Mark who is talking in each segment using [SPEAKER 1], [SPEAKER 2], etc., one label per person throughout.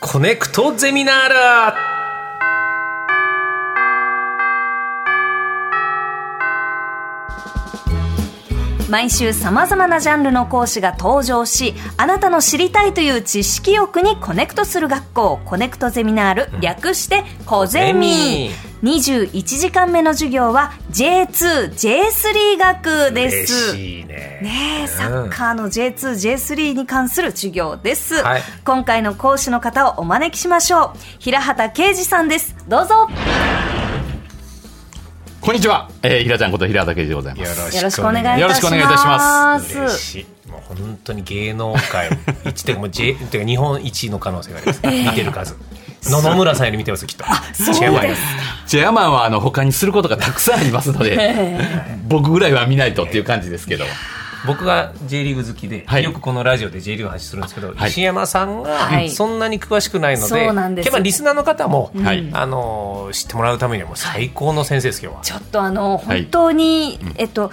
[SPEAKER 1] コネクトゼミナーラ
[SPEAKER 2] 毎週さまざまなジャンルの講師が登場しあなたの知りたいという知識欲にコネクトする学校コネクトゼミナール略して「コゼミ」21時間目の授業は J2J3 学です。
[SPEAKER 1] 嬉しいね
[SPEAKER 2] ねえ、サッカーの J2、J3 に関する授業です、
[SPEAKER 1] はい
[SPEAKER 2] 今回の講師の方をお招きしましょう。平畑啓二さんです。どうぞ。
[SPEAKER 3] こんにちは、えー、平ちゃんこと平田圭司でございます。
[SPEAKER 1] よ
[SPEAKER 2] よろしくお願いいたします。
[SPEAKER 3] よろしくお願いいたしま
[SPEAKER 1] 嬉しいもう本当に芸能界 一てかもう J てか日本一の可能性があります、見てる数野々村さんより見てますきっと
[SPEAKER 2] そう
[SPEAKER 1] 違いま
[SPEAKER 2] です
[SPEAKER 3] チェアマンはあの他にすることがたくさんありますので、僕ぐらいは見ないとっていう感じですけど、
[SPEAKER 1] 僕が J リーグ好きで、
[SPEAKER 3] はい
[SPEAKER 1] よくこのラジオで J リーグの話するんですけど、
[SPEAKER 3] はい
[SPEAKER 1] 石山さん
[SPEAKER 2] は
[SPEAKER 1] が
[SPEAKER 2] い
[SPEAKER 1] そんなに詳しくないので,、
[SPEAKER 2] そうなんです
[SPEAKER 1] まあリスナーの方も、
[SPEAKER 3] はい
[SPEAKER 1] あのー知ってもらうためにはもう最高の先生です今日は。
[SPEAKER 2] ちょっとあの
[SPEAKER 3] はい
[SPEAKER 2] 本当に、えっと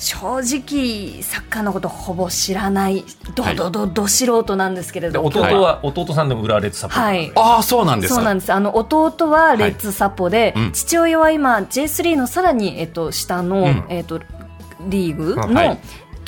[SPEAKER 2] 正直サッカーのことほぼ知らないど
[SPEAKER 3] はい
[SPEAKER 2] どどど素人なんですけれ
[SPEAKER 1] で
[SPEAKER 2] ども、
[SPEAKER 1] 弟は、弟さんでも浦和レッズサポーターなんで、
[SPEAKER 2] は
[SPEAKER 3] ああそうなんです
[SPEAKER 2] そうなんですあの弟はレッツサポで、
[SPEAKER 3] はいうん
[SPEAKER 2] 父親は今 J3 のさらに、えっと、下の、
[SPEAKER 3] ん
[SPEAKER 2] えっと、リーグの、
[SPEAKER 3] はい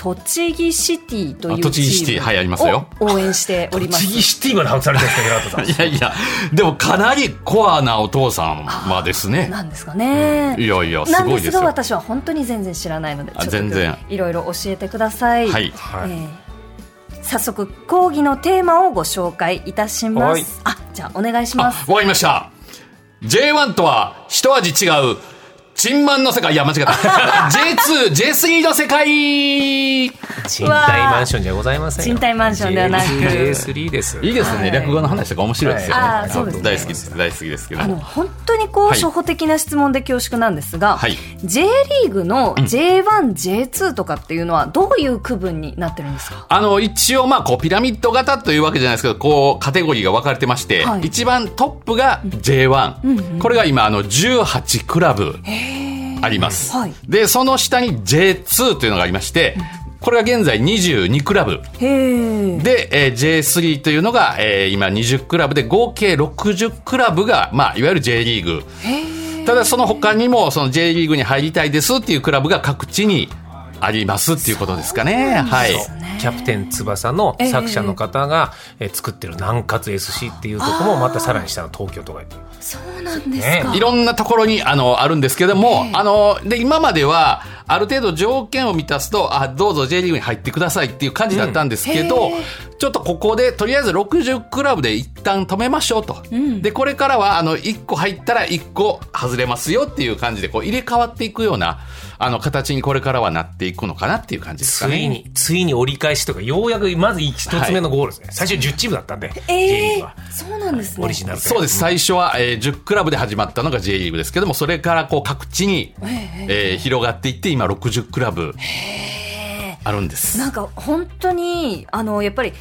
[SPEAKER 2] 栃木シティというチー
[SPEAKER 3] あ
[SPEAKER 2] ム
[SPEAKER 3] 栃木シティはいありますよ
[SPEAKER 2] を応援しておりま
[SPEAKER 1] 栃
[SPEAKER 2] す。
[SPEAKER 1] 木シティまで把握されてるんですか、平田さん。
[SPEAKER 3] いやいや、でもかなりコアなお父さんはですね、
[SPEAKER 2] なんですかね、
[SPEAKER 3] いやいや
[SPEAKER 2] な
[SPEAKER 3] す
[SPEAKER 2] ん
[SPEAKER 3] ご
[SPEAKER 2] で
[SPEAKER 3] いですす
[SPEAKER 2] が
[SPEAKER 3] よ。
[SPEAKER 2] 私は本当に全然知らないのでち
[SPEAKER 3] あ
[SPEAKER 2] ょっと
[SPEAKER 3] 全然
[SPEAKER 2] いろいろ教えてください、
[SPEAKER 3] はい、
[SPEAKER 1] はい
[SPEAKER 2] えー早速講義のテーマをご紹介いたしま
[SPEAKER 1] はい
[SPEAKER 2] すあじゃあお願いし
[SPEAKER 3] あ
[SPEAKER 2] ま
[SPEAKER 3] わ
[SPEAKER 2] す
[SPEAKER 3] かりました。J1 とは一味違う。チンマンの世界、いや、間違えた。J2、J3 の世界い
[SPEAKER 1] 賃貸マンションじゃございませんよ
[SPEAKER 2] 賃貸マンションではなく
[SPEAKER 1] J3 です
[SPEAKER 3] いですね、
[SPEAKER 2] はい
[SPEAKER 3] 落語の話とか面白いですよね。
[SPEAKER 2] あーそうですね
[SPEAKER 3] 大好きです、大好きですけど
[SPEAKER 2] あの
[SPEAKER 3] も。
[SPEAKER 2] 本当にこう、
[SPEAKER 3] はい
[SPEAKER 2] 初歩的な質問で恐縮なんですが、
[SPEAKER 3] はい
[SPEAKER 2] J リーグの J1、J2 とかっていうのはどういう区分になってるんですか
[SPEAKER 3] あの、一応、まあ、こう、ピラミッド型というわけじゃないですけど、こう、カテゴリーが分かれてまして、
[SPEAKER 2] はい
[SPEAKER 3] 一番トップが J1。これが今、あの、18クラブあります。
[SPEAKER 2] はい
[SPEAKER 3] で、その下に J2 というのがありまして、これが現在22クラブ。
[SPEAKER 2] へえ
[SPEAKER 3] で、えー J3 というのが、えー今20クラブで合計60クラブが、まあ、いわゆる J リーグ。ただその他にもその J リーグに入りたいですっていうクラブが各地にありますっていうことですかね。はい。
[SPEAKER 1] キャプテン翼の作者の方がえー作ってる南葛 SC っていうとこもまたさらに下の東京とか
[SPEAKER 2] そうなんですか、
[SPEAKER 3] いろんなところにあのあるんですけども、あので今まではある程度条件を満たすとあどうぞ J リーグに入ってくださいっていう感じだったんですけど、ちょっとここでとりあえず60クラブで一旦止めましょうと、でこれからはあの1個入ったら1個外れますよっていう感じでこう入れ替わっていくようなあの形にこれからはなっていくのかなっていう感じです
[SPEAKER 1] つ
[SPEAKER 3] かね。
[SPEAKER 1] いについに折り返しとかようやくまず一つ目のゴールですね最初10チームだったんで J リー
[SPEAKER 2] え
[SPEAKER 1] グ
[SPEAKER 2] ー
[SPEAKER 1] は、
[SPEAKER 2] そうなんですね
[SPEAKER 1] オリジナルで
[SPEAKER 3] そうです。最初は、えー10クラブで始まったのが J リーグですけども、それからこう各地に、えー広がっていって、今60クラブあるんです。
[SPEAKER 2] なんか本当にあのやっぱり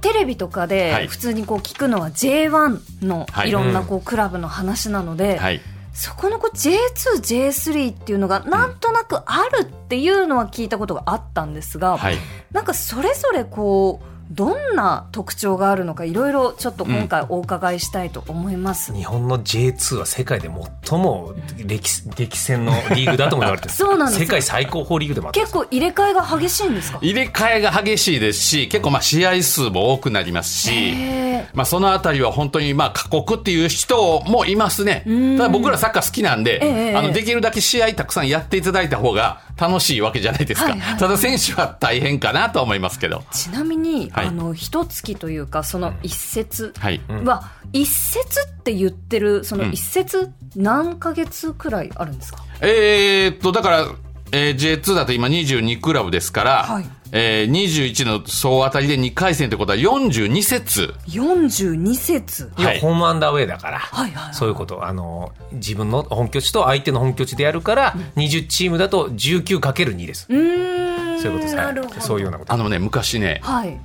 [SPEAKER 2] テレビとか
[SPEAKER 3] は
[SPEAKER 2] で
[SPEAKER 3] い
[SPEAKER 2] 普通にこう聞くのは J1 の
[SPEAKER 3] はい
[SPEAKER 2] いろんなこうクラブの話なので、
[SPEAKER 3] はい。
[SPEAKER 2] そこのこう J2、J3 っていうのがなんとなくあるっていうのは聞いたことがあったんですが、
[SPEAKER 3] はい。
[SPEAKER 2] なんかそれぞれこうどんな特徴があるのかいろいろちょっと今回お伺いしたいと思います。
[SPEAKER 1] 日本の J2 は世界で最も歴史歴戦のリーグだとも言われてる
[SPEAKER 2] そうなんです
[SPEAKER 1] 世界最高峰リーグでもあって
[SPEAKER 2] 結構入れ替えが激しいんですか。
[SPEAKER 3] 入れ替えが激しいですし、結構まあ試合数も多くなりますし、
[SPEAKER 2] へ
[SPEAKER 3] まあそのあたりは本当にまあ過酷っていう人もいますね。ただ僕らサッカー好きなんで、
[SPEAKER 2] ええ
[SPEAKER 3] あのできるだけ試合たくさんやっていただいた方が楽しいわけじゃないですか。
[SPEAKER 2] はいはい
[SPEAKER 3] ただ選手は大変かなと思いますけど。
[SPEAKER 2] ちなみに、
[SPEAKER 3] はい
[SPEAKER 2] あの一月というかその一節
[SPEAKER 3] はい。
[SPEAKER 2] は一節って言ってるその一節何ヶ月くらいあるんですか。
[SPEAKER 3] えーっと、だから、えー J2 だと今22クラブですから、
[SPEAKER 2] はい
[SPEAKER 3] えー21の総当たりで2回戦ってことは42節。
[SPEAKER 2] 四十二節。
[SPEAKER 1] いや、
[SPEAKER 3] はい
[SPEAKER 1] ホームアンダーウェイだから、
[SPEAKER 2] はいはいはい
[SPEAKER 1] そういうことあの自分の本拠地と相手の本拠地でやるから、20チームだと 19×2 です、
[SPEAKER 2] うーん。
[SPEAKER 1] そういうことです、はい
[SPEAKER 2] なるほど。
[SPEAKER 1] そういうようなこと
[SPEAKER 3] あのね、昔ね、
[SPEAKER 2] はい。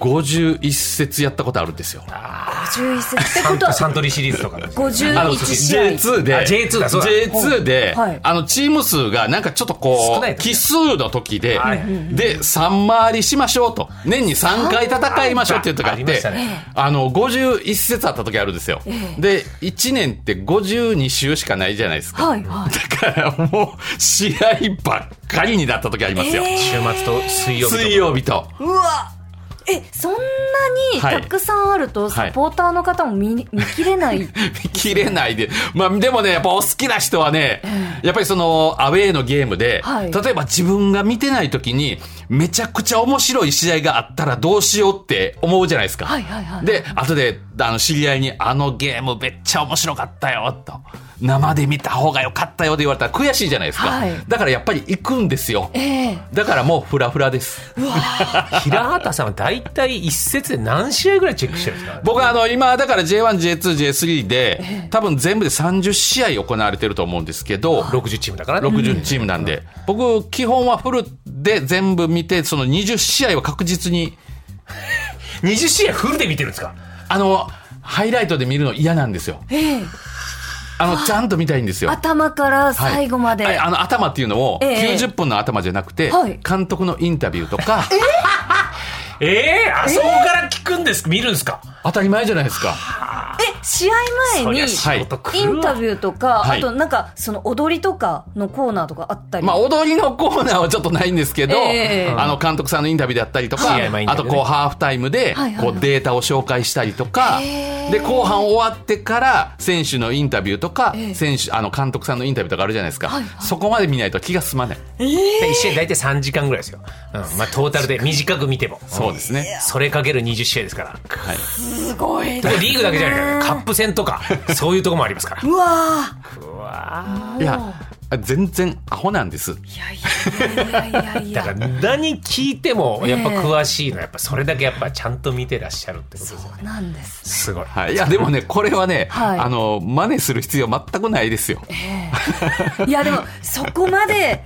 [SPEAKER 3] 51節やったことあるんですよ。
[SPEAKER 1] あ
[SPEAKER 2] 51世紀。って
[SPEAKER 1] サ
[SPEAKER 2] こ
[SPEAKER 1] ント
[SPEAKER 2] とは、
[SPEAKER 1] サントリーシリーズとかの
[SPEAKER 3] あの
[SPEAKER 2] 51試合。
[SPEAKER 3] J2 で
[SPEAKER 1] あ J2 だそうだ
[SPEAKER 3] J2 で、
[SPEAKER 2] はい
[SPEAKER 3] あのチーム数がなんかちょっと
[SPEAKER 1] 少
[SPEAKER 3] こ
[SPEAKER 1] ないう時
[SPEAKER 3] 奇数の時で、
[SPEAKER 1] はい
[SPEAKER 3] で3回りしましょうと年に3回戦いましょうっていう時があっ
[SPEAKER 1] ありま
[SPEAKER 3] て
[SPEAKER 1] したね
[SPEAKER 3] あの51節あった時あるんですよ、で1年って52週しかないじゃないですか、
[SPEAKER 2] はい、はい。
[SPEAKER 3] だからもう試合ばっかりになった時ありますよ、
[SPEAKER 1] 週末と水曜日と
[SPEAKER 3] 水曜日と
[SPEAKER 2] うわえ、そんなに
[SPEAKER 3] はい
[SPEAKER 2] たくさんあると、サポーターの方も 見,、見切れない。
[SPEAKER 3] 切れないで。まあ、でもね、やっぱお好きな人はね、やっぱりその、アウェーのゲームで、
[SPEAKER 2] はい
[SPEAKER 3] 例えば自分が見てない時に、めちゃくちゃ面白い試合があったらどうしようって思うじゃないですか。
[SPEAKER 2] はいはいはい
[SPEAKER 3] で、後で、あの、知り合いに、あのゲームめっちゃ面白かったよ、と。生で見た方が良かったよって言われたら悔しいじゃないですか。
[SPEAKER 2] はい
[SPEAKER 3] だからやっぱり行くんですよ。
[SPEAKER 2] ええ
[SPEAKER 3] だからもうフラフラです。
[SPEAKER 1] 平畑さんは大体一節で何試合ぐらいチェックしてるんですか
[SPEAKER 3] 僕はあの今だから J1、J2、J3 で多分全部で30試合行われてると思うんですけど、
[SPEAKER 1] 60チームだからね
[SPEAKER 3] 60チームなんで、僕、基本はフルで全部見て、その20試合は確実に、
[SPEAKER 1] 20試合フルで見てるんですか
[SPEAKER 3] あの、ハイライトで見るの嫌なんですよ。
[SPEAKER 2] ええ
[SPEAKER 3] あの、ちゃんと見たいんですよ。
[SPEAKER 2] 頭から
[SPEAKER 3] はい
[SPEAKER 2] 最後まで。
[SPEAKER 3] はいあの、頭っていうのを、
[SPEAKER 2] ええ
[SPEAKER 3] 90分の頭じゃなくて
[SPEAKER 2] はい、
[SPEAKER 3] 監督のインタビューとか、
[SPEAKER 1] ええあそこから聞くんです見るんですか
[SPEAKER 3] 当たり前じゃないですか。
[SPEAKER 2] え、試合
[SPEAKER 1] そ
[SPEAKER 2] 前
[SPEAKER 1] り
[SPEAKER 2] に
[SPEAKER 1] ゃ、仕事来
[SPEAKER 2] イ
[SPEAKER 1] る
[SPEAKER 2] ンタ
[SPEAKER 1] わ
[SPEAKER 2] ビューとか、
[SPEAKER 3] はい
[SPEAKER 2] あとなんか、その踊りとかのコーナーとかあったり。
[SPEAKER 3] まあ、踊りのコーナーはちょっとないんですけど、
[SPEAKER 2] ええ
[SPEAKER 3] あの、監督さんのインタビューであったりとか、
[SPEAKER 1] 試合前インタ
[SPEAKER 3] あ
[SPEAKER 1] ビュー
[SPEAKER 3] と、
[SPEAKER 1] ね
[SPEAKER 3] こう、ハーフタイムで
[SPEAKER 2] はいはい、
[SPEAKER 3] こう、データを紹介したりとか、
[SPEAKER 2] へえ
[SPEAKER 3] で、後半終わってから、選手のインタビューとか
[SPEAKER 2] ええ、
[SPEAKER 3] 選手、あの、監督さんのインタビューとかあるじゃないですか
[SPEAKER 2] はいは。い
[SPEAKER 3] そこまで見ないと気が済まない。
[SPEAKER 1] で一試合大体3時間ぐらいですよ、うんまあ、トータルで短く見ても
[SPEAKER 3] そうですね
[SPEAKER 1] んそれかける20試合ですから
[SPEAKER 3] はい。
[SPEAKER 2] すごい
[SPEAKER 1] で
[SPEAKER 2] ね
[SPEAKER 1] もリーグだけじゃないからカップ戦とかそういうとこもありますから
[SPEAKER 2] うわ
[SPEAKER 1] うわ
[SPEAKER 3] いや、全然アホなんです。
[SPEAKER 2] ーいやいやいやいやい
[SPEAKER 1] だか
[SPEAKER 2] や。
[SPEAKER 1] ら何聞いてもやっぱ詳しいのはやっぱそれだけやっぱちゃんと見てらっしゃるってことですよね
[SPEAKER 2] なんです。
[SPEAKER 1] すごい、
[SPEAKER 3] はい。いや、でもね、これはね、
[SPEAKER 2] はい
[SPEAKER 3] あの、真似する必要全くないですよ。
[SPEAKER 2] いやでも、そこまで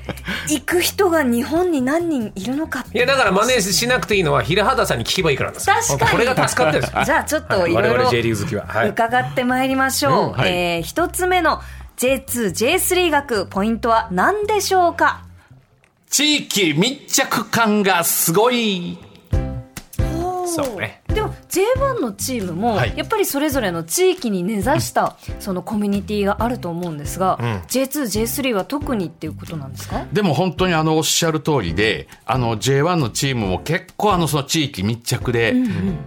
[SPEAKER 2] 行く人が日本に何人いるのかって
[SPEAKER 1] いやだから真似しなくていいのは平畑さんに聞けばいいからなんですよ
[SPEAKER 2] 確かに
[SPEAKER 1] これが助かってるんですよ
[SPEAKER 2] じゃあちょっと
[SPEAKER 1] はい
[SPEAKER 2] い
[SPEAKER 1] 我
[SPEAKER 2] ろい
[SPEAKER 1] 々
[SPEAKER 2] ろ
[SPEAKER 1] J リーグ好きは、はい、
[SPEAKER 2] 伺ってまいりましょう。
[SPEAKER 3] うんはい
[SPEAKER 2] えー一つ目の J2、J3 学、ポイントは何でしょうか
[SPEAKER 3] 地域密着感がすごい。
[SPEAKER 1] そうね
[SPEAKER 2] でも J1 のチームも、
[SPEAKER 3] はい
[SPEAKER 2] やっぱりそれぞれの地域に根ざしたそのコミュニティがあると思うんですが、J2、J3 は特にっていうことなんですか
[SPEAKER 3] でも本当にあのおっしゃる通りで、あの J1 のチームも結構あのその地域密着で、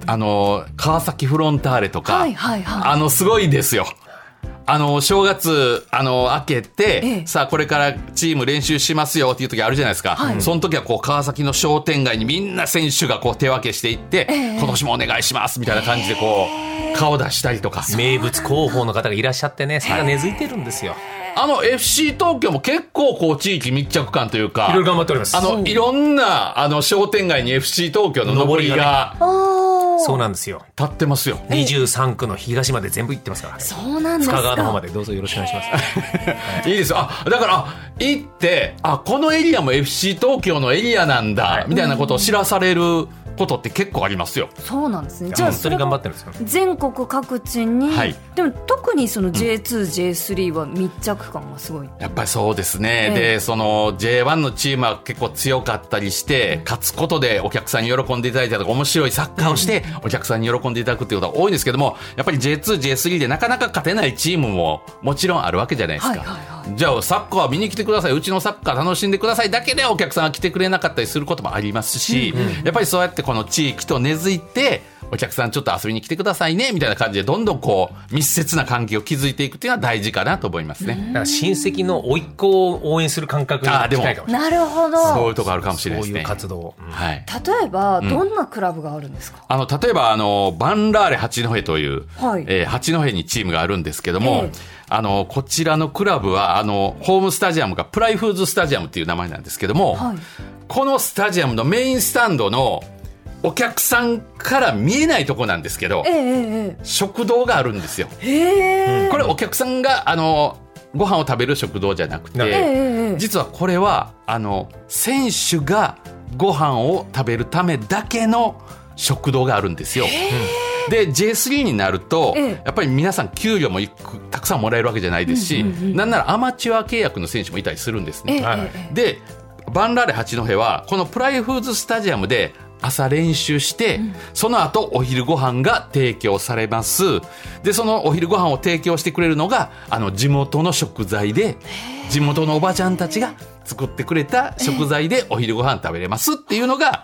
[SPEAKER 3] あの川崎フロンターレとか、
[SPEAKER 2] はいはいはい
[SPEAKER 3] あのすごいですよ。あの正月あの明けて、
[SPEAKER 2] ええ
[SPEAKER 3] さあこれからチーム練習しますよっていう時あるじゃないですか。
[SPEAKER 2] はい
[SPEAKER 3] その時はこう川崎の商店街にみんな選手がこう手分けしていって、
[SPEAKER 2] ええ
[SPEAKER 3] 今年もお願いしますみたいな感じでこう顔出したりとか。
[SPEAKER 1] 名物広報の方がいらっしゃってねそれが根付いてるんですよ
[SPEAKER 3] あの FC 東京も結構こう地域密着感というか。
[SPEAKER 1] いろいろ頑張っております
[SPEAKER 3] あの、いろんな、あの、商店街に FC 東京の上りが
[SPEAKER 2] あ
[SPEAKER 1] そう
[SPEAKER 2] あ、
[SPEAKER 1] なんですよ
[SPEAKER 3] 立ってますよ。
[SPEAKER 1] 23区の東まで全部行ってますから、
[SPEAKER 2] そうなんです
[SPEAKER 1] 深川の方ま
[SPEAKER 2] か。
[SPEAKER 1] でどうぞよろしくお願いします。
[SPEAKER 3] いいですよ。あ、だから、あ行って、あ、このエリアも FC 東京のエリアなんだ、みたいなことを知らされることって結構ありますよ。
[SPEAKER 2] そうなんですね。じゃあ
[SPEAKER 1] 本当
[SPEAKER 2] それ
[SPEAKER 1] に頑張
[SPEAKER 2] が
[SPEAKER 1] ってるんですよ。
[SPEAKER 2] 全国各地に、
[SPEAKER 3] はい
[SPEAKER 2] でも特にその J2、J3 は密着感がすごい。
[SPEAKER 3] やっぱりそうですね。
[SPEAKER 2] ええ
[SPEAKER 3] で、その J1 のチームは結構強かったりして、勝つことでお客さんに喜んでいただいたりとか、面白いサッカーをして、お客さんに喜んでいただくっていうことが多いんですけども、やっぱり J2、J3 でなかなか勝てないチームももちろんあるわけじゃないですか。
[SPEAKER 2] はいはい
[SPEAKER 3] じゃあ、サッカー見に来てください。うちのサッカー楽しんでください。だけでお客さんが来てくれなかったりすることもありますし、やっぱりそうやってこの地域と根付いて、お客さんちょっと遊びに来てくださいね、みたいな感じで、どんどんこう、密接な関係を築いていくっていうのは大事かなと思いますね。
[SPEAKER 1] だから親戚の甥っ子を応援する感覚に
[SPEAKER 3] あーでも
[SPEAKER 1] 近いかもしれない。
[SPEAKER 2] なるほど。
[SPEAKER 3] そういうとこあるかもしれないで
[SPEAKER 1] そう
[SPEAKER 3] す
[SPEAKER 1] いう
[SPEAKER 3] ね。
[SPEAKER 1] 活動を。
[SPEAKER 3] はい。
[SPEAKER 2] 例えば、どんなクラブがあるんですか、
[SPEAKER 3] あの、例えば、あの、バンラーレ八戸という、
[SPEAKER 2] はい
[SPEAKER 3] えー八戸にチームがあるんですけども、
[SPEAKER 2] ええ
[SPEAKER 3] あの、こちらのクラブは、あの、ホームスタジアムがプライフーズスタジアムっていう名前なんですけども、
[SPEAKER 2] はい
[SPEAKER 3] このスタジアムのメインスタンドのお客さんから見えないとこなんですけど、
[SPEAKER 2] えええ
[SPEAKER 3] 食堂があるんですよ。
[SPEAKER 2] えええ
[SPEAKER 3] これお客さんが、あの、ご飯を食べる食堂じゃなくて、
[SPEAKER 1] なる
[SPEAKER 2] ええええ
[SPEAKER 3] 実はこれはあの選手がご飯を食べるためだけの食堂があるんですよ。で J3 になると、
[SPEAKER 2] ええ
[SPEAKER 3] やっぱり皆さん給料もいくたくさんもらえるわけじゃないですし、なんならアマチュア契約の選手もいたりするんですね。
[SPEAKER 1] はい
[SPEAKER 3] でバンラーレ八戸はこのプライフーズスタジアムで朝練習して、その後お昼ご飯が提供されますでそのお昼ご飯を提供してくれるのがあの地元の食材で地元のおばちゃんたちが作ってくれた食材でお昼ご飯食べれますっていうのが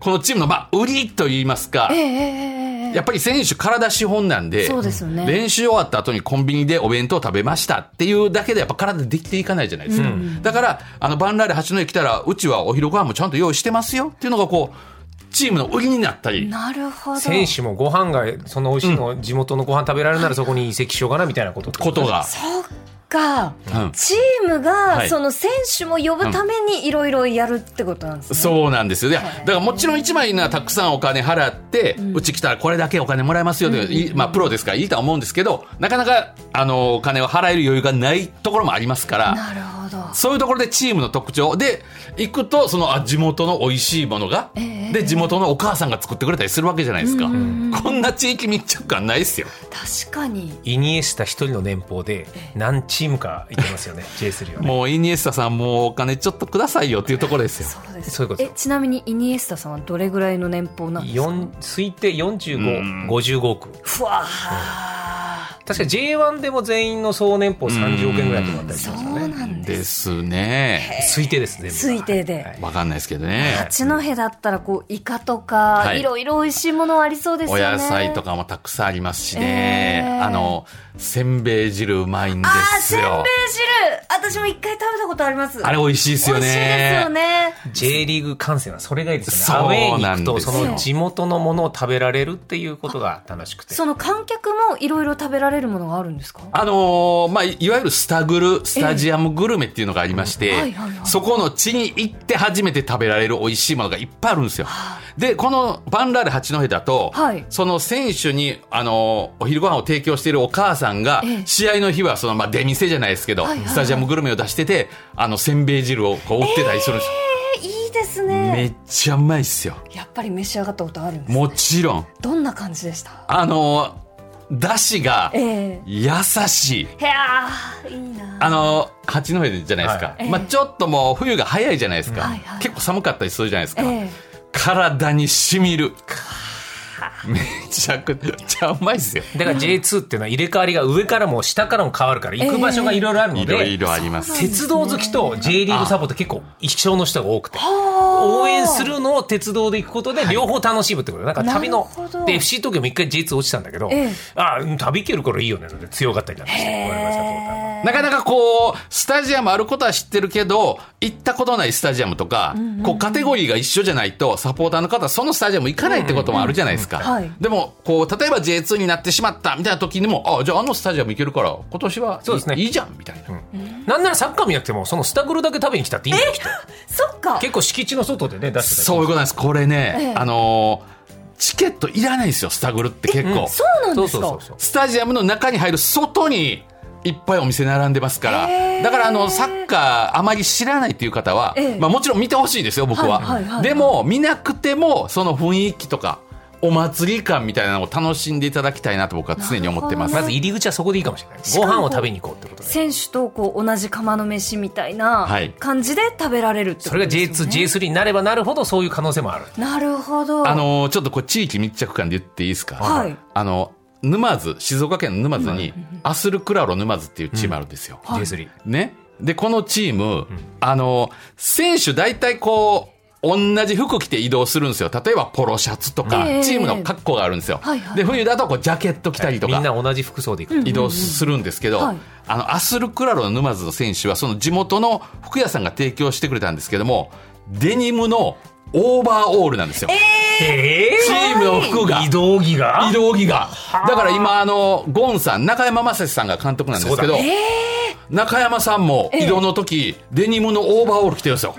[SPEAKER 3] このチームのまあ売りといいますか、
[SPEAKER 2] ええええええ
[SPEAKER 3] やっぱり選手体資本なんで
[SPEAKER 2] そうですよね
[SPEAKER 3] 練習終わった後にコンビニでお弁当食べましたっていうだけでやっぱ体できていかないじゃないですか、だからあのバンラーレ八戸来たらうちはお昼ご飯もちゃんと用意してますよっていうのがこうチームの売りになったり
[SPEAKER 2] なるほど。
[SPEAKER 1] 選手もご飯がその美味しいの、地元のご飯食べられるならそこに移籍しようかなみたいなことって
[SPEAKER 3] ことが、
[SPEAKER 2] そっか。
[SPEAKER 3] うん
[SPEAKER 2] チームが
[SPEAKER 3] はい
[SPEAKER 2] その選手も呼ぶためにいろいろやるってことなんですね。
[SPEAKER 3] そうなんですよね。だからもちろん一枚なたくさんお金払って、うち来たらこれだけお金もらえますよという、いまあプロですからいいとは思うんですけど、なかなかあのお金を払える余裕がないところもありますから、
[SPEAKER 2] なるほど。
[SPEAKER 3] そういうところでチームの特徴で行くとそのあ地元の美味しいものが、で地元のお母さんが作ってくれたりするわけじゃないですか、こんな地域密着感ないですよ
[SPEAKER 2] 確かに。
[SPEAKER 1] イニエスタ一人の年俸で何チームかいけます よね J3 はね
[SPEAKER 3] もうイニエスタさんもうお金ちょっとくださいよっていうところですよ
[SPEAKER 2] そうです。
[SPEAKER 1] そういうこと
[SPEAKER 2] えちなみにイニエスタさんはどれぐらいの年俸なんですか。
[SPEAKER 1] 四推定4555億
[SPEAKER 2] ふわー
[SPEAKER 1] 確か J1 でも全員の総年俸30億円ぐらいとかあったりし
[SPEAKER 2] そ
[SPEAKER 1] ます
[SPEAKER 2] う
[SPEAKER 1] よね
[SPEAKER 2] なんで
[SPEAKER 3] ですね
[SPEAKER 1] す推定ですね
[SPEAKER 2] す。推定で。
[SPEAKER 1] はい
[SPEAKER 3] わかんないですけどね
[SPEAKER 2] 八戸だったらこうイカとか、
[SPEAKER 3] はい
[SPEAKER 2] い、ろいろ美味しいものありそうですよ
[SPEAKER 3] お
[SPEAKER 2] ね。
[SPEAKER 3] 野菜とかもたくさんありますしね、
[SPEAKER 2] えー
[SPEAKER 3] あのせんべい汁うまいんで
[SPEAKER 2] あー
[SPEAKER 3] す
[SPEAKER 2] せんべい
[SPEAKER 3] よ
[SPEAKER 2] 汁私も一回食べたことあります。
[SPEAKER 3] あれ美味しいですよ
[SPEAKER 2] 美味しいですよ
[SPEAKER 3] ね
[SPEAKER 2] ね。
[SPEAKER 1] J リーグ観戦はそれがいいですよねア
[SPEAKER 3] そう
[SPEAKER 1] ウェーに
[SPEAKER 3] なん
[SPEAKER 1] 行
[SPEAKER 3] で
[SPEAKER 1] く
[SPEAKER 3] すよ
[SPEAKER 1] とその地元のものを食べられるっていうことが楽しくて
[SPEAKER 2] その観客もいろいろ食べられるものがあるんですか
[SPEAKER 3] あのーまあ、いいわゆるスタグル、スタジアムグルメっていうのがありまし
[SPEAKER 2] え
[SPEAKER 3] て、
[SPEAKER 2] はいはいはい
[SPEAKER 3] そこの地に行って初めて食べられる美味しいものがいっぱいあるんですよ。で、このバンラーレ八戸だと、
[SPEAKER 2] はい
[SPEAKER 3] その選手に、あのーお昼ご飯を提供しているお母さんが、
[SPEAKER 2] ええ
[SPEAKER 3] 試合の日はその、まあ、出店じゃないですけど、
[SPEAKER 2] はいはいはい
[SPEAKER 3] スタジアムグルメを出してて、あの、せんべい汁をこう売ってたりするんですよ。
[SPEAKER 2] えー、いいです
[SPEAKER 3] め
[SPEAKER 2] ね。
[SPEAKER 3] っちゃうまいっすよ。
[SPEAKER 2] やっぱり召し上がったことあるんです。
[SPEAKER 3] もちろん。
[SPEAKER 2] どんな感じでした
[SPEAKER 3] あのー、だしが
[SPEAKER 2] え、え
[SPEAKER 3] 優しい。
[SPEAKER 2] いやーいいな
[SPEAKER 3] あの八戸じゃないですか、
[SPEAKER 1] はい
[SPEAKER 3] まあ、
[SPEAKER 2] ええ
[SPEAKER 3] ちょっともう冬が早いじゃないですか、
[SPEAKER 2] はいはい
[SPEAKER 3] 結構寒かったりするじゃないですか、
[SPEAKER 2] ええ
[SPEAKER 3] 体にしみるめちゃくちゃうまいですよ
[SPEAKER 1] だから J2 っていうのは入れ替わりが上からも下からも変わるから行く場所がいろいろあるの
[SPEAKER 3] い
[SPEAKER 1] で、
[SPEAKER 3] ろいろあります
[SPEAKER 1] 鉄道好きと J リーグサポーター結構一緒の人が多くて応援するのを鉄道で行くことで両方楽しむってことなんか旅の
[SPEAKER 2] なるほど
[SPEAKER 1] で FC 東京も一回 J2 落ちたんだけど、
[SPEAKER 2] ええ
[SPEAKER 1] あうん旅行けるからいいよねなんて強かったりなんかして我々サポーターが
[SPEAKER 3] なかなかこうスタジアムあることは知ってるけど行ったことないスタジアムとか、こうカテゴリーが一緒じゃないとサポーターの方はそのスタジアム行かないってこともあるじゃないですか、
[SPEAKER 2] うんうんうんはい
[SPEAKER 3] でもこう例えば J2 になってしまったみたいな時にもあじゃああのスタジアム行けるから今年は
[SPEAKER 1] そうですね
[SPEAKER 3] いいいじゃんみたいな、
[SPEAKER 1] なんならサッカー見なくてもそのスタグルだけ食べに来たっていいんだよきっと
[SPEAKER 2] そっか
[SPEAKER 1] 結構敷地の外でね出してたり
[SPEAKER 3] そういうことなんです。これね、
[SPEAKER 2] ええ
[SPEAKER 3] あのーチケットいらないんですよ、スタグルって結構。
[SPEAKER 2] そうなんですか
[SPEAKER 1] そうそうそう
[SPEAKER 3] スタジアムの中に入る外にいっぱいお店並んでますから、
[SPEAKER 2] へー
[SPEAKER 3] だからあのサッカーあまり知らないっていう方は、
[SPEAKER 2] ええ
[SPEAKER 3] まあもちろん見てほしいですよ僕は,、
[SPEAKER 2] はいはいはいはい
[SPEAKER 3] でも見なくてもその雰囲気とかお祭り感みたいなのを楽しんでいただきたいなと僕は常に思ってま
[SPEAKER 1] そう
[SPEAKER 3] す、
[SPEAKER 1] まず入り口はそこでいいかもしれない
[SPEAKER 2] し
[SPEAKER 1] ご
[SPEAKER 2] かも
[SPEAKER 1] 飯を食べに行こうってことで
[SPEAKER 2] 選手とこう同じ釜の飯みたいな
[SPEAKER 3] はい
[SPEAKER 2] 感じで食べられるって
[SPEAKER 1] そ
[SPEAKER 2] こと
[SPEAKER 1] れが
[SPEAKER 2] ですよね、
[SPEAKER 1] J2J3 になればなるほどそういう可能性もある
[SPEAKER 2] なるほど
[SPEAKER 3] あのーちょっとこう地域密着感で言っていいですか、
[SPEAKER 2] はい
[SPEAKER 3] あの沼津静岡県の沼津にアスルクラロ沼津っていうチームあるんですよ、
[SPEAKER 2] はい
[SPEAKER 1] J3
[SPEAKER 3] ね。で、このチーム、あの、選手大体こう、同じ服着て移動するんですよ。例えばポロシャツとか、
[SPEAKER 2] ええ
[SPEAKER 3] チームの格好があるんですよ。
[SPEAKER 2] はいはい
[SPEAKER 3] で、冬だとこうジャケット着たりと
[SPEAKER 1] みん
[SPEAKER 3] か、
[SPEAKER 1] な同じ服装で行く
[SPEAKER 3] 移動するんですけど、
[SPEAKER 2] はい
[SPEAKER 3] あの、アスルクラロの沼津の選手は、その地元の服屋さんが提供してくれたんですけども、デニムのオーバーオールなんですよ。
[SPEAKER 1] ええ
[SPEAKER 3] チームの服が
[SPEAKER 1] 移。動着が
[SPEAKER 3] 移動着が。だから今、あの、ゴンさん、中山雅史さんが監督なんですけど、中山さんも移動の時、デニムのオーバーオール着てるんですよ。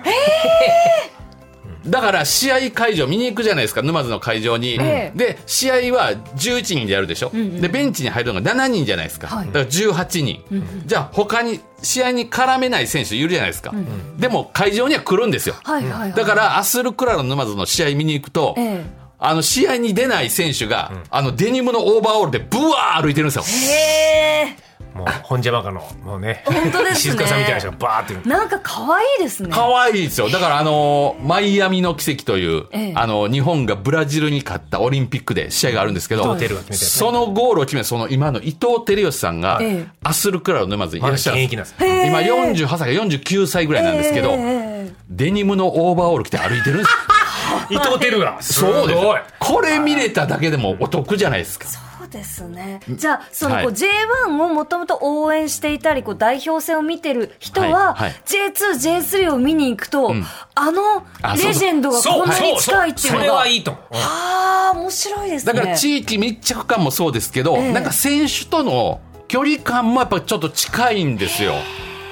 [SPEAKER 3] だから試合会場見に行くじゃないですか沼津の会場に、
[SPEAKER 2] ええ
[SPEAKER 3] で試合は11人でやるでしょ、でベンチに入るのが7人じゃないですか、
[SPEAKER 2] はい
[SPEAKER 3] だから18人、じゃあ他に試合に絡めない選手いるじゃないですか、でも会場には来るんですよ、
[SPEAKER 2] はいはいはい
[SPEAKER 3] だからアスルクラロ沼津の試合見に行くと、
[SPEAKER 2] ええ
[SPEAKER 3] あの、試合に出ない選手が、あの、デニムのオーバーオールで、ブワー歩いてるんですよ。
[SPEAKER 2] へえ
[SPEAKER 1] もう本邪魔かのもうね
[SPEAKER 2] 本当ですね
[SPEAKER 1] 静香さんみたいな人がバーっている
[SPEAKER 2] なんか可愛いですね
[SPEAKER 3] 可愛いですよ。だからあのーマイアミの奇跡という、
[SPEAKER 2] ええ
[SPEAKER 3] あのー日本がブラジルに勝ったオリンピックで試合があるんですけど、
[SPEAKER 1] 伊藤輝が決めたやつね
[SPEAKER 3] そのゴールを決めた、その今の伊藤輝義さんが、
[SPEAKER 2] ええ
[SPEAKER 3] アスルクラブの沼津にい
[SPEAKER 1] ま
[SPEAKER 3] ら
[SPEAKER 1] だ
[SPEAKER 3] っ
[SPEAKER 1] 現
[SPEAKER 3] しゃるん
[SPEAKER 1] 役
[SPEAKER 3] で
[SPEAKER 1] なん
[SPEAKER 3] す。
[SPEAKER 1] ですね
[SPEAKER 3] 今48歳か49歳ぐらいなんですけど、
[SPEAKER 2] え
[SPEAKER 3] デニムのオーバーオール着て歩いてるんです
[SPEAKER 1] 伊
[SPEAKER 3] よ。
[SPEAKER 1] 藤輝がすごい
[SPEAKER 3] そうです。これ見れただけでもお得じゃないですか。
[SPEAKER 2] そうですね。じゃあ、そのこう
[SPEAKER 3] はい
[SPEAKER 2] J1 をもともと応援していたり、こう代表戦を見てる人は、
[SPEAKER 3] はいはい
[SPEAKER 2] J2、J3 を見に行くと、あの
[SPEAKER 3] あそうそう
[SPEAKER 2] レジェンドがこんなに近いっていう
[SPEAKER 1] そ
[SPEAKER 2] の
[SPEAKER 1] れ
[SPEAKER 2] が、
[SPEAKER 1] はいいと思ううん
[SPEAKER 2] ああ、面白いですね。
[SPEAKER 3] だから地域密着感もそうですけど、
[SPEAKER 2] ええ
[SPEAKER 3] なんか選手との距離感もやっぱちょっと近いんですよ。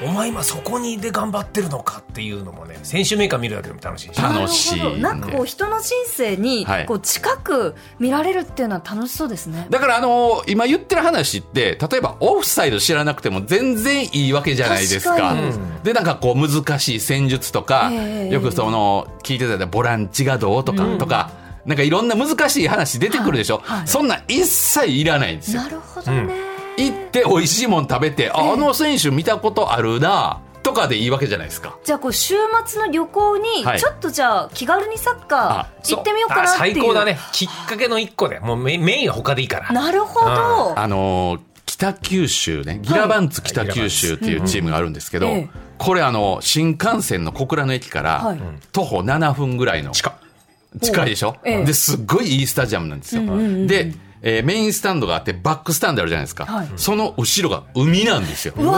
[SPEAKER 1] お前今そこにで頑張ってるのかっていうのもね選手メーカー見るだけでも楽しいし
[SPEAKER 3] た
[SPEAKER 2] なるほど
[SPEAKER 3] 楽しいね
[SPEAKER 2] なんかこう人の人生に
[SPEAKER 3] はい
[SPEAKER 2] こう近く見られるっていうのは楽しそうですね。
[SPEAKER 3] だからあのー今言ってる話って、例えばオフサイド知らなくても全然いいわけじゃないですか。
[SPEAKER 2] 確か
[SPEAKER 3] で、なんかこう難しい戦術とか、
[SPEAKER 2] ええ
[SPEAKER 3] よくその、聞いてたボランチがどうとか、とか、なんかいろんな難しい話出てくるでしょ、
[SPEAKER 2] はいはい
[SPEAKER 3] そんなん一切いらないんですよ。
[SPEAKER 2] なるほどね。
[SPEAKER 3] 行って美味しいもん食べて、ああの選手見たことあるな、とかでいいわけじゃないですか。
[SPEAKER 2] じゃあこう週末の旅行に
[SPEAKER 3] はい
[SPEAKER 2] ちょっとじゃあ気軽にサッカ
[SPEAKER 3] あ
[SPEAKER 2] ー
[SPEAKER 3] そう
[SPEAKER 2] 行ってみようか
[SPEAKER 1] あ
[SPEAKER 2] なっていう。
[SPEAKER 1] 最高だねきっかけの一個でもうメメインは他でいいから
[SPEAKER 2] なるほど。
[SPEAKER 3] あのー北九州ね、ギラバンツ北九州っていうチームがあるんですけど、
[SPEAKER 2] うんええ
[SPEAKER 3] これあの、新幹線の小倉の駅から、
[SPEAKER 2] はい
[SPEAKER 3] 徒歩7分ぐらいの。
[SPEAKER 1] 近っ
[SPEAKER 3] 近いでしょ、
[SPEAKER 2] ええ
[SPEAKER 3] ですっごいいいスタジアムなんですよ。で、えーメインスタンドがあって、バックスタンドあるじゃないですか。
[SPEAKER 2] はい
[SPEAKER 3] その後ろが海なんですよ。
[SPEAKER 2] うわ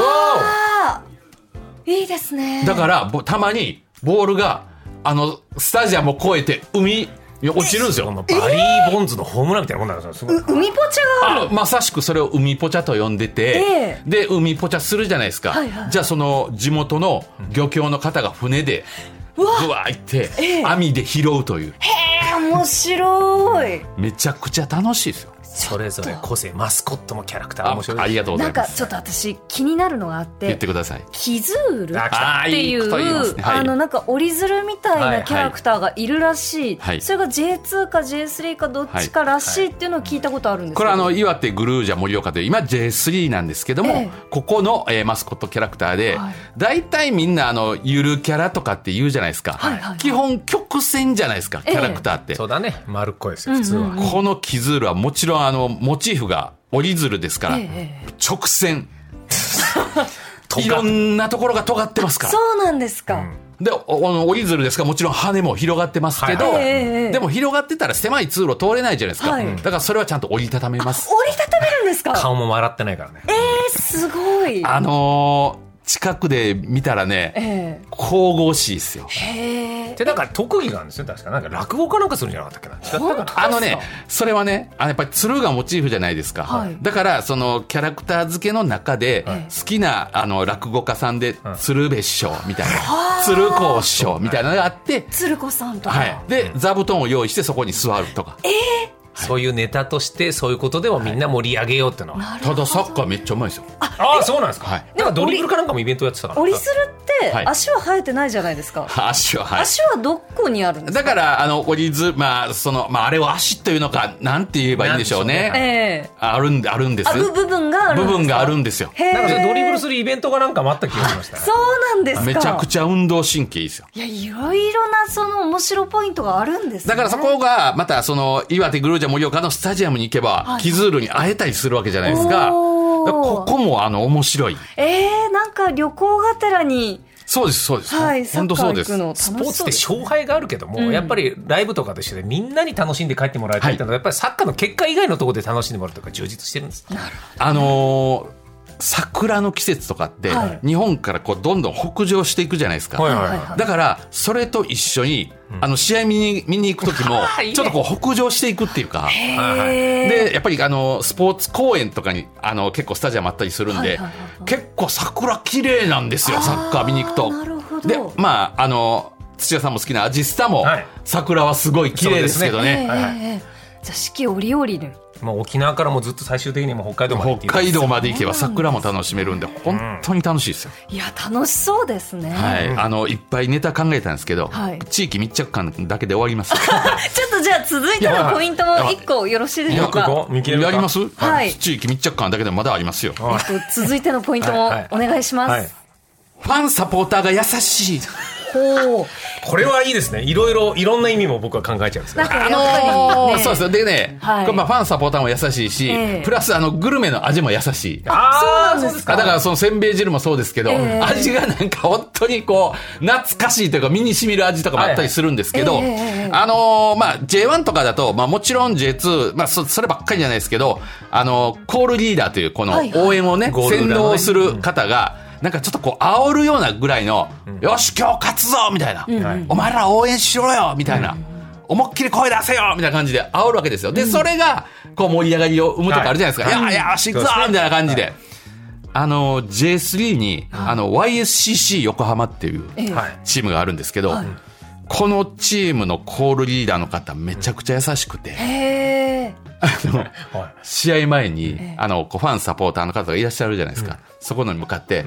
[SPEAKER 2] あいいですね。
[SPEAKER 3] だから、ぼたまに、ボールが、あの、スタジアムを越えて、海に落ちるんです
[SPEAKER 1] こ
[SPEAKER 3] よ。
[SPEAKER 1] のバリー・ボンズのホームランみたいなもんなんですよすごいな
[SPEAKER 2] 海ポチャがある。
[SPEAKER 3] あまさしくそれを海ポチャと呼んで
[SPEAKER 2] え、
[SPEAKER 3] てで、海ポチャするじゃないですか。
[SPEAKER 2] はいはい
[SPEAKER 3] じゃあ、その地元の漁協の方が船で、
[SPEAKER 2] うわ
[SPEAKER 3] ぐわー行って、
[SPEAKER 2] ええ
[SPEAKER 3] 網で拾うという、
[SPEAKER 2] えー、面白い。
[SPEAKER 3] めちゃくちゃ楽しいですよ。
[SPEAKER 1] それぞれ個性マスコットもキャラクター
[SPEAKER 3] あ
[SPEAKER 1] 面白い
[SPEAKER 3] ありがとうござ
[SPEAKER 2] ないん
[SPEAKER 3] ま
[SPEAKER 2] か
[SPEAKER 3] す。
[SPEAKER 2] ちょっと私気になるのがあっ
[SPEAKER 3] 言
[SPEAKER 2] て
[SPEAKER 3] って、ください。
[SPEAKER 2] キズールっ
[SPEAKER 1] あ
[SPEAKER 3] あー
[SPEAKER 2] て
[SPEAKER 3] い
[SPEAKER 2] い
[SPEAKER 3] いうこと言いますねはい
[SPEAKER 2] あのなんか折り鶴みた
[SPEAKER 1] はいい
[SPEAKER 2] なキャラクターがいるらしい。
[SPEAKER 3] はい
[SPEAKER 2] それが J2 か J3 かどっちからしいっていうのを聞いたことあるんですけど。
[SPEAKER 3] これはあの岩手グルージャ盛岡という今 J3 なんですけども、
[SPEAKER 2] ええ
[SPEAKER 3] ここの、えーマスコットキャラクターで、
[SPEAKER 2] はい
[SPEAKER 3] 大体みんなあのゆるキャラとかって言うじゃないですか、
[SPEAKER 2] はいはいはい
[SPEAKER 3] 基本曲線じゃないですかキャラクターって、
[SPEAKER 1] そうだね丸っこいですよ普通は
[SPEAKER 3] このキズールはもちろんあのモチーフが折り鶴ですから、
[SPEAKER 2] ええええ
[SPEAKER 3] 直線
[SPEAKER 1] と
[SPEAKER 3] いろんなところが尖ってますから
[SPEAKER 2] そうなんですか。
[SPEAKER 3] でおおの折り鶴ですからもちろん羽も広がってますけど、
[SPEAKER 1] はいはい
[SPEAKER 2] ええええ
[SPEAKER 3] でも広がってたら狭い通路通れないじゃないですか、
[SPEAKER 2] はい
[SPEAKER 3] だからそれはちゃんと折りたためます
[SPEAKER 2] 折りたためるんですか。
[SPEAKER 1] 顔も笑ってないからね
[SPEAKER 2] えー、すごい。
[SPEAKER 3] あのー近くで見たらね、
[SPEAKER 2] え
[SPEAKER 3] 神々しいですよ。
[SPEAKER 2] えへえ。
[SPEAKER 1] でなんか特技があるんですよ確かなんか落語かなんかするんじゃなかったっけな違ったかな
[SPEAKER 3] あのね、それはね、あのやっぱり鶴がモチーフじゃないですか。
[SPEAKER 2] はい
[SPEAKER 3] だから、そのキャラクター付けの中で、好きな、あの、落語家さんで、鶴瓶師匠みたいな、鶴子師匠みたいなのがあって、
[SPEAKER 2] 鶴子さんとか。
[SPEAKER 3] はい。で、座布団を用意してそこに座るとか。
[SPEAKER 1] そういうネタとしてそういうことでもみんな盛り上げようってのは
[SPEAKER 2] なるほ
[SPEAKER 3] た
[SPEAKER 2] ど
[SPEAKER 3] だサッカーめっちゃうまいですよ。
[SPEAKER 1] ああそうなんですか
[SPEAKER 3] は
[SPEAKER 1] ないんかドリブルかなんかもイベントやってたから
[SPEAKER 2] 折り鶴って
[SPEAKER 3] はい
[SPEAKER 2] 足は生えてないじゃないですか、
[SPEAKER 3] 足は、はい。
[SPEAKER 2] 足はどこにあるんですか
[SPEAKER 3] だから、あの、折りず、まあ、その、まあ、あれを足というのか、なんて言えばいいんでしょ
[SPEAKER 1] な
[SPEAKER 3] う
[SPEAKER 1] んでしょう
[SPEAKER 3] ね。
[SPEAKER 1] ね
[SPEAKER 2] ええ
[SPEAKER 3] あるんで、あるんです。
[SPEAKER 2] あぶ部分があるん
[SPEAKER 3] 部
[SPEAKER 2] ですか
[SPEAKER 3] 分があるんですよ。
[SPEAKER 2] へえ
[SPEAKER 1] なんかそれドリブルするイベントかなんかもあった気がしましたね
[SPEAKER 2] そうなんですか
[SPEAKER 3] めちゃくちゃ運動神経いいですよ。
[SPEAKER 2] いやいろいろなその面白ポイントがあるんです、ね、
[SPEAKER 3] だからそこが、またその、岩手グルージャ盛岡のスタジアムに行けば
[SPEAKER 2] は、い
[SPEAKER 3] キズールに会えたりするわけじゃないですか。だから
[SPEAKER 2] おー
[SPEAKER 3] ここもあの、面白い。
[SPEAKER 2] ええなんか旅行がてらに
[SPEAKER 3] そうです、そうです。
[SPEAKER 2] はいサ
[SPEAKER 3] 本
[SPEAKER 2] ッ
[SPEAKER 3] 当
[SPEAKER 2] カ
[SPEAKER 3] そう
[SPEAKER 2] ー
[SPEAKER 3] で
[SPEAKER 2] 行
[SPEAKER 3] す
[SPEAKER 2] く。の楽し
[SPEAKER 1] ス
[SPEAKER 2] そう
[SPEAKER 1] ポーツって
[SPEAKER 2] です
[SPEAKER 1] 勝敗があるけども、やっぱりライブとかと一緒でみんなに楽しんで帰ってもらいたいってのは、やっぱりサッカーの結果以外のところで楽しんでもらうとか充実してるんです
[SPEAKER 3] あのー桜の季節とかって、
[SPEAKER 2] はい
[SPEAKER 3] 日本からこう、どんどん北上していくじゃないですか。
[SPEAKER 1] はいはい
[SPEAKER 2] はいはい
[SPEAKER 3] だから、それと一緒に、あの、試合見に、見に行く時 も
[SPEAKER 1] いい、ね
[SPEAKER 3] ちょっとこう、北上していくっていうか。
[SPEAKER 1] はいはい
[SPEAKER 2] へえ
[SPEAKER 3] で、やっぱりあの、スポーツ公園とかに、あの、結構スタジアムあったりするん
[SPEAKER 2] はい
[SPEAKER 3] で
[SPEAKER 2] はいはい、
[SPEAKER 3] 結構桜綺麗なんですよ、サッカー見に行くと。
[SPEAKER 2] あーなるほど
[SPEAKER 3] で、まあ、あの、土屋さんも好きなアジスタも、
[SPEAKER 1] はい
[SPEAKER 3] 桜はすごい綺麗ですけど
[SPEAKER 2] ええ
[SPEAKER 3] ね。
[SPEAKER 1] はいはい
[SPEAKER 2] ええじゃあ四季折々に
[SPEAKER 1] まあ、沖縄からもずっと最終的にもう北海道まで行って
[SPEAKER 3] 北
[SPEAKER 1] いいです
[SPEAKER 3] 海道まで行けば桜も楽しめるんで、本当に楽しいですよ。
[SPEAKER 2] いや楽しそうですね、
[SPEAKER 3] はい。あの、いっぱいネタ考えたんですけど
[SPEAKER 2] はい、
[SPEAKER 3] 地域密着感だけで終わります。
[SPEAKER 2] ちょっとじゃあ続続いてのポイントも一個よろしいでしょ
[SPEAKER 1] い
[SPEAKER 2] う
[SPEAKER 1] や
[SPEAKER 2] か。
[SPEAKER 1] ここ見切れるか
[SPEAKER 3] やります、
[SPEAKER 2] はい
[SPEAKER 3] 地域密着感だけでもまだありますよ。フ
[SPEAKER 2] えっと続いてのポイントもお願いしま
[SPEAKER 1] は
[SPEAKER 2] す
[SPEAKER 1] い。
[SPEAKER 3] ァンサポーターが優しい。
[SPEAKER 2] ほう。
[SPEAKER 1] これはいいですねいろいろいろんな意味も僕は考えちゃうんですけ
[SPEAKER 2] なん
[SPEAKER 1] ど
[SPEAKER 2] かや
[SPEAKER 3] あ
[SPEAKER 2] っぱ
[SPEAKER 3] の
[SPEAKER 2] り
[SPEAKER 3] ー
[SPEAKER 2] ね。
[SPEAKER 3] そうですよ。でね、
[SPEAKER 2] はい
[SPEAKER 3] これまあファンサポーターも優しいし、
[SPEAKER 2] ええ
[SPEAKER 3] プラスあの、グルメの味も優しい。あ
[SPEAKER 1] あ
[SPEAKER 2] そうなんです
[SPEAKER 3] だからそのせんべい汁もそうですけど、
[SPEAKER 2] ええ
[SPEAKER 3] 味がなんか本当にこう、懐かしいというか身に染みる味とかもあったりするんですけど、
[SPEAKER 2] はいはいええええ
[SPEAKER 3] あのーまあ、J1 とかだと、まあもちろん J2、まあそそればっかりじゃないですけど、あのーコールリーダーというこの
[SPEAKER 2] はいはい
[SPEAKER 3] 応援をね、
[SPEAKER 1] ゴール裏のね
[SPEAKER 3] 先導する方が、なんかちょっとこう、煽るようなぐらいの、よし、今日勝つぞみたいな、
[SPEAKER 1] ん
[SPEAKER 3] お前ら応援しろよみたいな。思いっきり声出せよみたいな感じで煽るわけですよ。で、それが、こう盛り上がりを生むとかあるじゃないですか。
[SPEAKER 1] はい
[SPEAKER 3] い、や、よし、行くぞ
[SPEAKER 1] そうですね
[SPEAKER 3] みたいな感じで。あの、J3 に、あの、YSCC 横浜っていう
[SPEAKER 2] ええ
[SPEAKER 1] はい
[SPEAKER 3] チームがあるんですけど、このチームのコールリーダーの方、めちゃくちゃ優しくて、
[SPEAKER 2] へえ。
[SPEAKER 1] はい
[SPEAKER 3] 試合前に、あの、こうファンサポーターの方がいらっしゃるじゃないですか。そこのに向かって、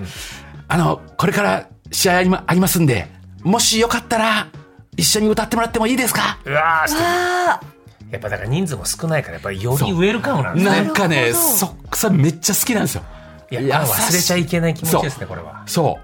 [SPEAKER 3] あの、これから試合ありまありますんで、もしよかったら、一緒に歌ってもらってもいいですか
[SPEAKER 1] うわー素敵
[SPEAKER 2] あ
[SPEAKER 1] やっぱだから人数も少ないからやっぱりよ
[SPEAKER 3] そう
[SPEAKER 1] りウェルカムなんですね
[SPEAKER 3] なんか
[SPEAKER 2] な
[SPEAKER 3] ね、
[SPEAKER 2] るほど
[SPEAKER 3] そ、それめっちゃ好きなんですよ。
[SPEAKER 1] いや忘れちゃいけない気持ちです
[SPEAKER 3] そう
[SPEAKER 1] ねこれは
[SPEAKER 3] そ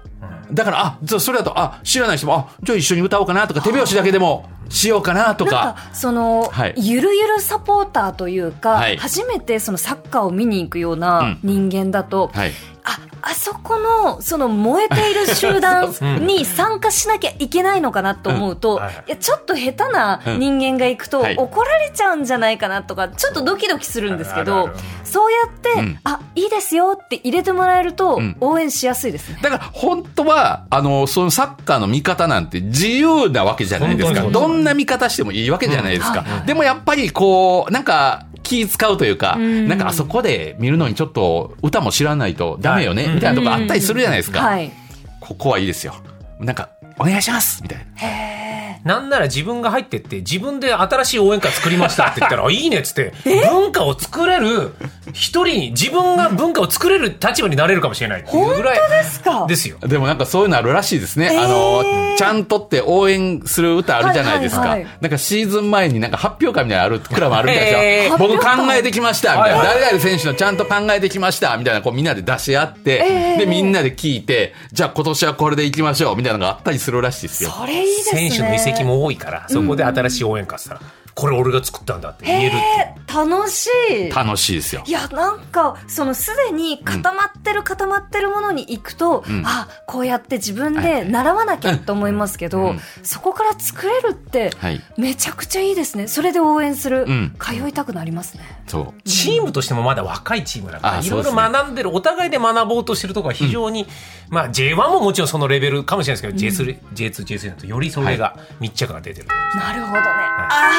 [SPEAKER 3] う。だから、あ、そうそれだと、あ、知らない人も、あ、じゃあ一緒に歌おうかなとか、手拍子だけでもしようかなと
[SPEAKER 2] あ。なん
[SPEAKER 3] か。
[SPEAKER 2] かその
[SPEAKER 3] はい
[SPEAKER 2] ゆるゆるサポーターというか
[SPEAKER 3] はい
[SPEAKER 2] 初めてそのサッカーを見に行くような人間だと
[SPEAKER 3] はい。
[SPEAKER 2] あ、あそこの、その燃えている集団 に参加しなきゃいけないのかなと思うと、
[SPEAKER 1] んはい
[SPEAKER 2] いや、ちょっと下手な人間が行くと、
[SPEAKER 3] うんはい
[SPEAKER 2] 怒られちゃうんじゃないかなとか、ちょっとドキドキするんですけ
[SPEAKER 1] あ
[SPEAKER 2] ど
[SPEAKER 1] るある、
[SPEAKER 2] そうやって、
[SPEAKER 3] ん
[SPEAKER 2] あ、いいですよって入れてもらえると
[SPEAKER 3] ん、
[SPEAKER 2] 応援しやすいですね。
[SPEAKER 3] だから、本当は、あの、そのサッカーの見方なんて自由なわけじゃないですか。
[SPEAKER 1] 本当に
[SPEAKER 3] どんな見方してもいいわけじゃないですか。でもやっぱり、こう、なんか、気使うというか、
[SPEAKER 2] ん
[SPEAKER 3] なんかあそこで見るのにちょっと歌も知らないとダメよね、
[SPEAKER 1] はい
[SPEAKER 3] みたいなとこあったりするじゃないですか。
[SPEAKER 2] はい。
[SPEAKER 3] ここはいいですよ。なんか、お願いしますみたい
[SPEAKER 1] な
[SPEAKER 3] な。
[SPEAKER 1] んなら自分が入ってって自分で新しい応援歌作りましたって言っ たらあいいねっつって文化を作れる一人自分が文化を作れる立場になれるかもしれないっていうぐらい
[SPEAKER 2] ですか
[SPEAKER 1] ですよ
[SPEAKER 3] でもなんかそういうのあるらしいですね。あの、ちゃんとって応援する歌あるじゃないですか。
[SPEAKER 2] はいはいはい
[SPEAKER 3] なんかシーズン前になんか発表会みたいなのある、クラブあるみたいですよ。
[SPEAKER 2] えー
[SPEAKER 3] 僕考えてきました、みたいな。
[SPEAKER 1] はい
[SPEAKER 3] 誰々選手のちゃんと考えてきました、みたいな、こうみんなで出し合って、
[SPEAKER 2] えー
[SPEAKER 3] で、みんなで聞いて、じゃあ今年はこれでいきましょう、みたいなのがあったりするらしいですよ。
[SPEAKER 2] それいいですね。
[SPEAKER 1] 選手の移籍も多いからそこで新しい応援歌っつったらこれ俺が作ったんだって言えるっていう
[SPEAKER 2] えー楽しい。
[SPEAKER 3] 楽しいですよ
[SPEAKER 2] い。や、なんか、そのすでに固まってる固まってるものに行くと、あ、こうやって自分で習わなきゃと思いますけど、
[SPEAKER 3] うん
[SPEAKER 2] そこから作れるって、
[SPEAKER 3] はい
[SPEAKER 2] めちゃくちゃいいですね。それで応援する、
[SPEAKER 3] ん
[SPEAKER 2] 通いたくなりますね。
[SPEAKER 3] そう。
[SPEAKER 1] チームとしてもまだ若いチームだか
[SPEAKER 3] あ
[SPEAKER 1] ら、い
[SPEAKER 3] そ
[SPEAKER 1] ろ
[SPEAKER 3] うで
[SPEAKER 1] い
[SPEAKER 3] す
[SPEAKER 1] ろ
[SPEAKER 3] ね
[SPEAKER 1] 学んでる、お互いで学ぼうとしてるところは非常に、まあ J1 ももちろんそのレベルかもしれないですけど、J2、J2、J3 だとよりそれが密着が出てる。
[SPEAKER 2] なるほどね。あ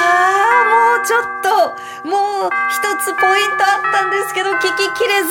[SPEAKER 2] ー、もうちょっと、もう一つポイントあったんですけど、聞ききれず、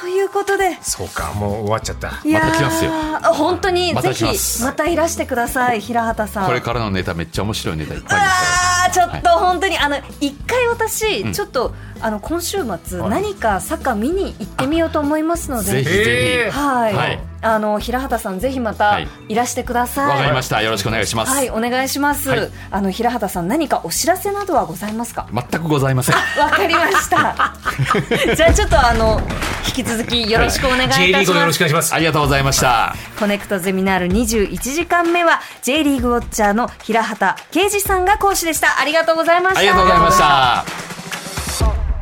[SPEAKER 2] ということで。
[SPEAKER 1] そうか、もう終わっちゃった。
[SPEAKER 2] いやー
[SPEAKER 3] また来ますよ
[SPEAKER 2] あ本当に、
[SPEAKER 3] ま
[SPEAKER 2] ぜ
[SPEAKER 3] た来
[SPEAKER 2] ひ
[SPEAKER 3] ま、す
[SPEAKER 2] またいらしてください、平畑さん。
[SPEAKER 3] これからのネタめっちゃ面白いネタいっぱいありますか
[SPEAKER 2] あ
[SPEAKER 3] ら。
[SPEAKER 2] ーちょっと本当に、あの一回私、ちょっとあの今週末、
[SPEAKER 1] はい
[SPEAKER 2] 何かサッカー見に行ってみようと思いますの
[SPEAKER 3] ぜひ
[SPEAKER 2] で。
[SPEAKER 1] えー
[SPEAKER 3] ぜひ。
[SPEAKER 2] はい、
[SPEAKER 3] はい
[SPEAKER 2] あの平畑さんぜひまた
[SPEAKER 3] はい
[SPEAKER 2] いらしてください。
[SPEAKER 3] わかりました。よろしくお願いします。
[SPEAKER 2] はい、お願いします。
[SPEAKER 3] はい
[SPEAKER 2] あの平畑さん何かお知らせなどはございますか。
[SPEAKER 3] 全くございません。
[SPEAKER 2] わかりました。 じゃあちょっとあの引き続きよろしくお願いいたし
[SPEAKER 1] J リ
[SPEAKER 2] ま
[SPEAKER 1] ー
[SPEAKER 2] す。
[SPEAKER 1] グもよろしくお願いします。
[SPEAKER 3] ありがとうございました。
[SPEAKER 2] コネクトゼミナール21時間目は J リーグウォッチャーの平畑啓二さんが講師でした。ありがとうございました。
[SPEAKER 3] ありがとうございました。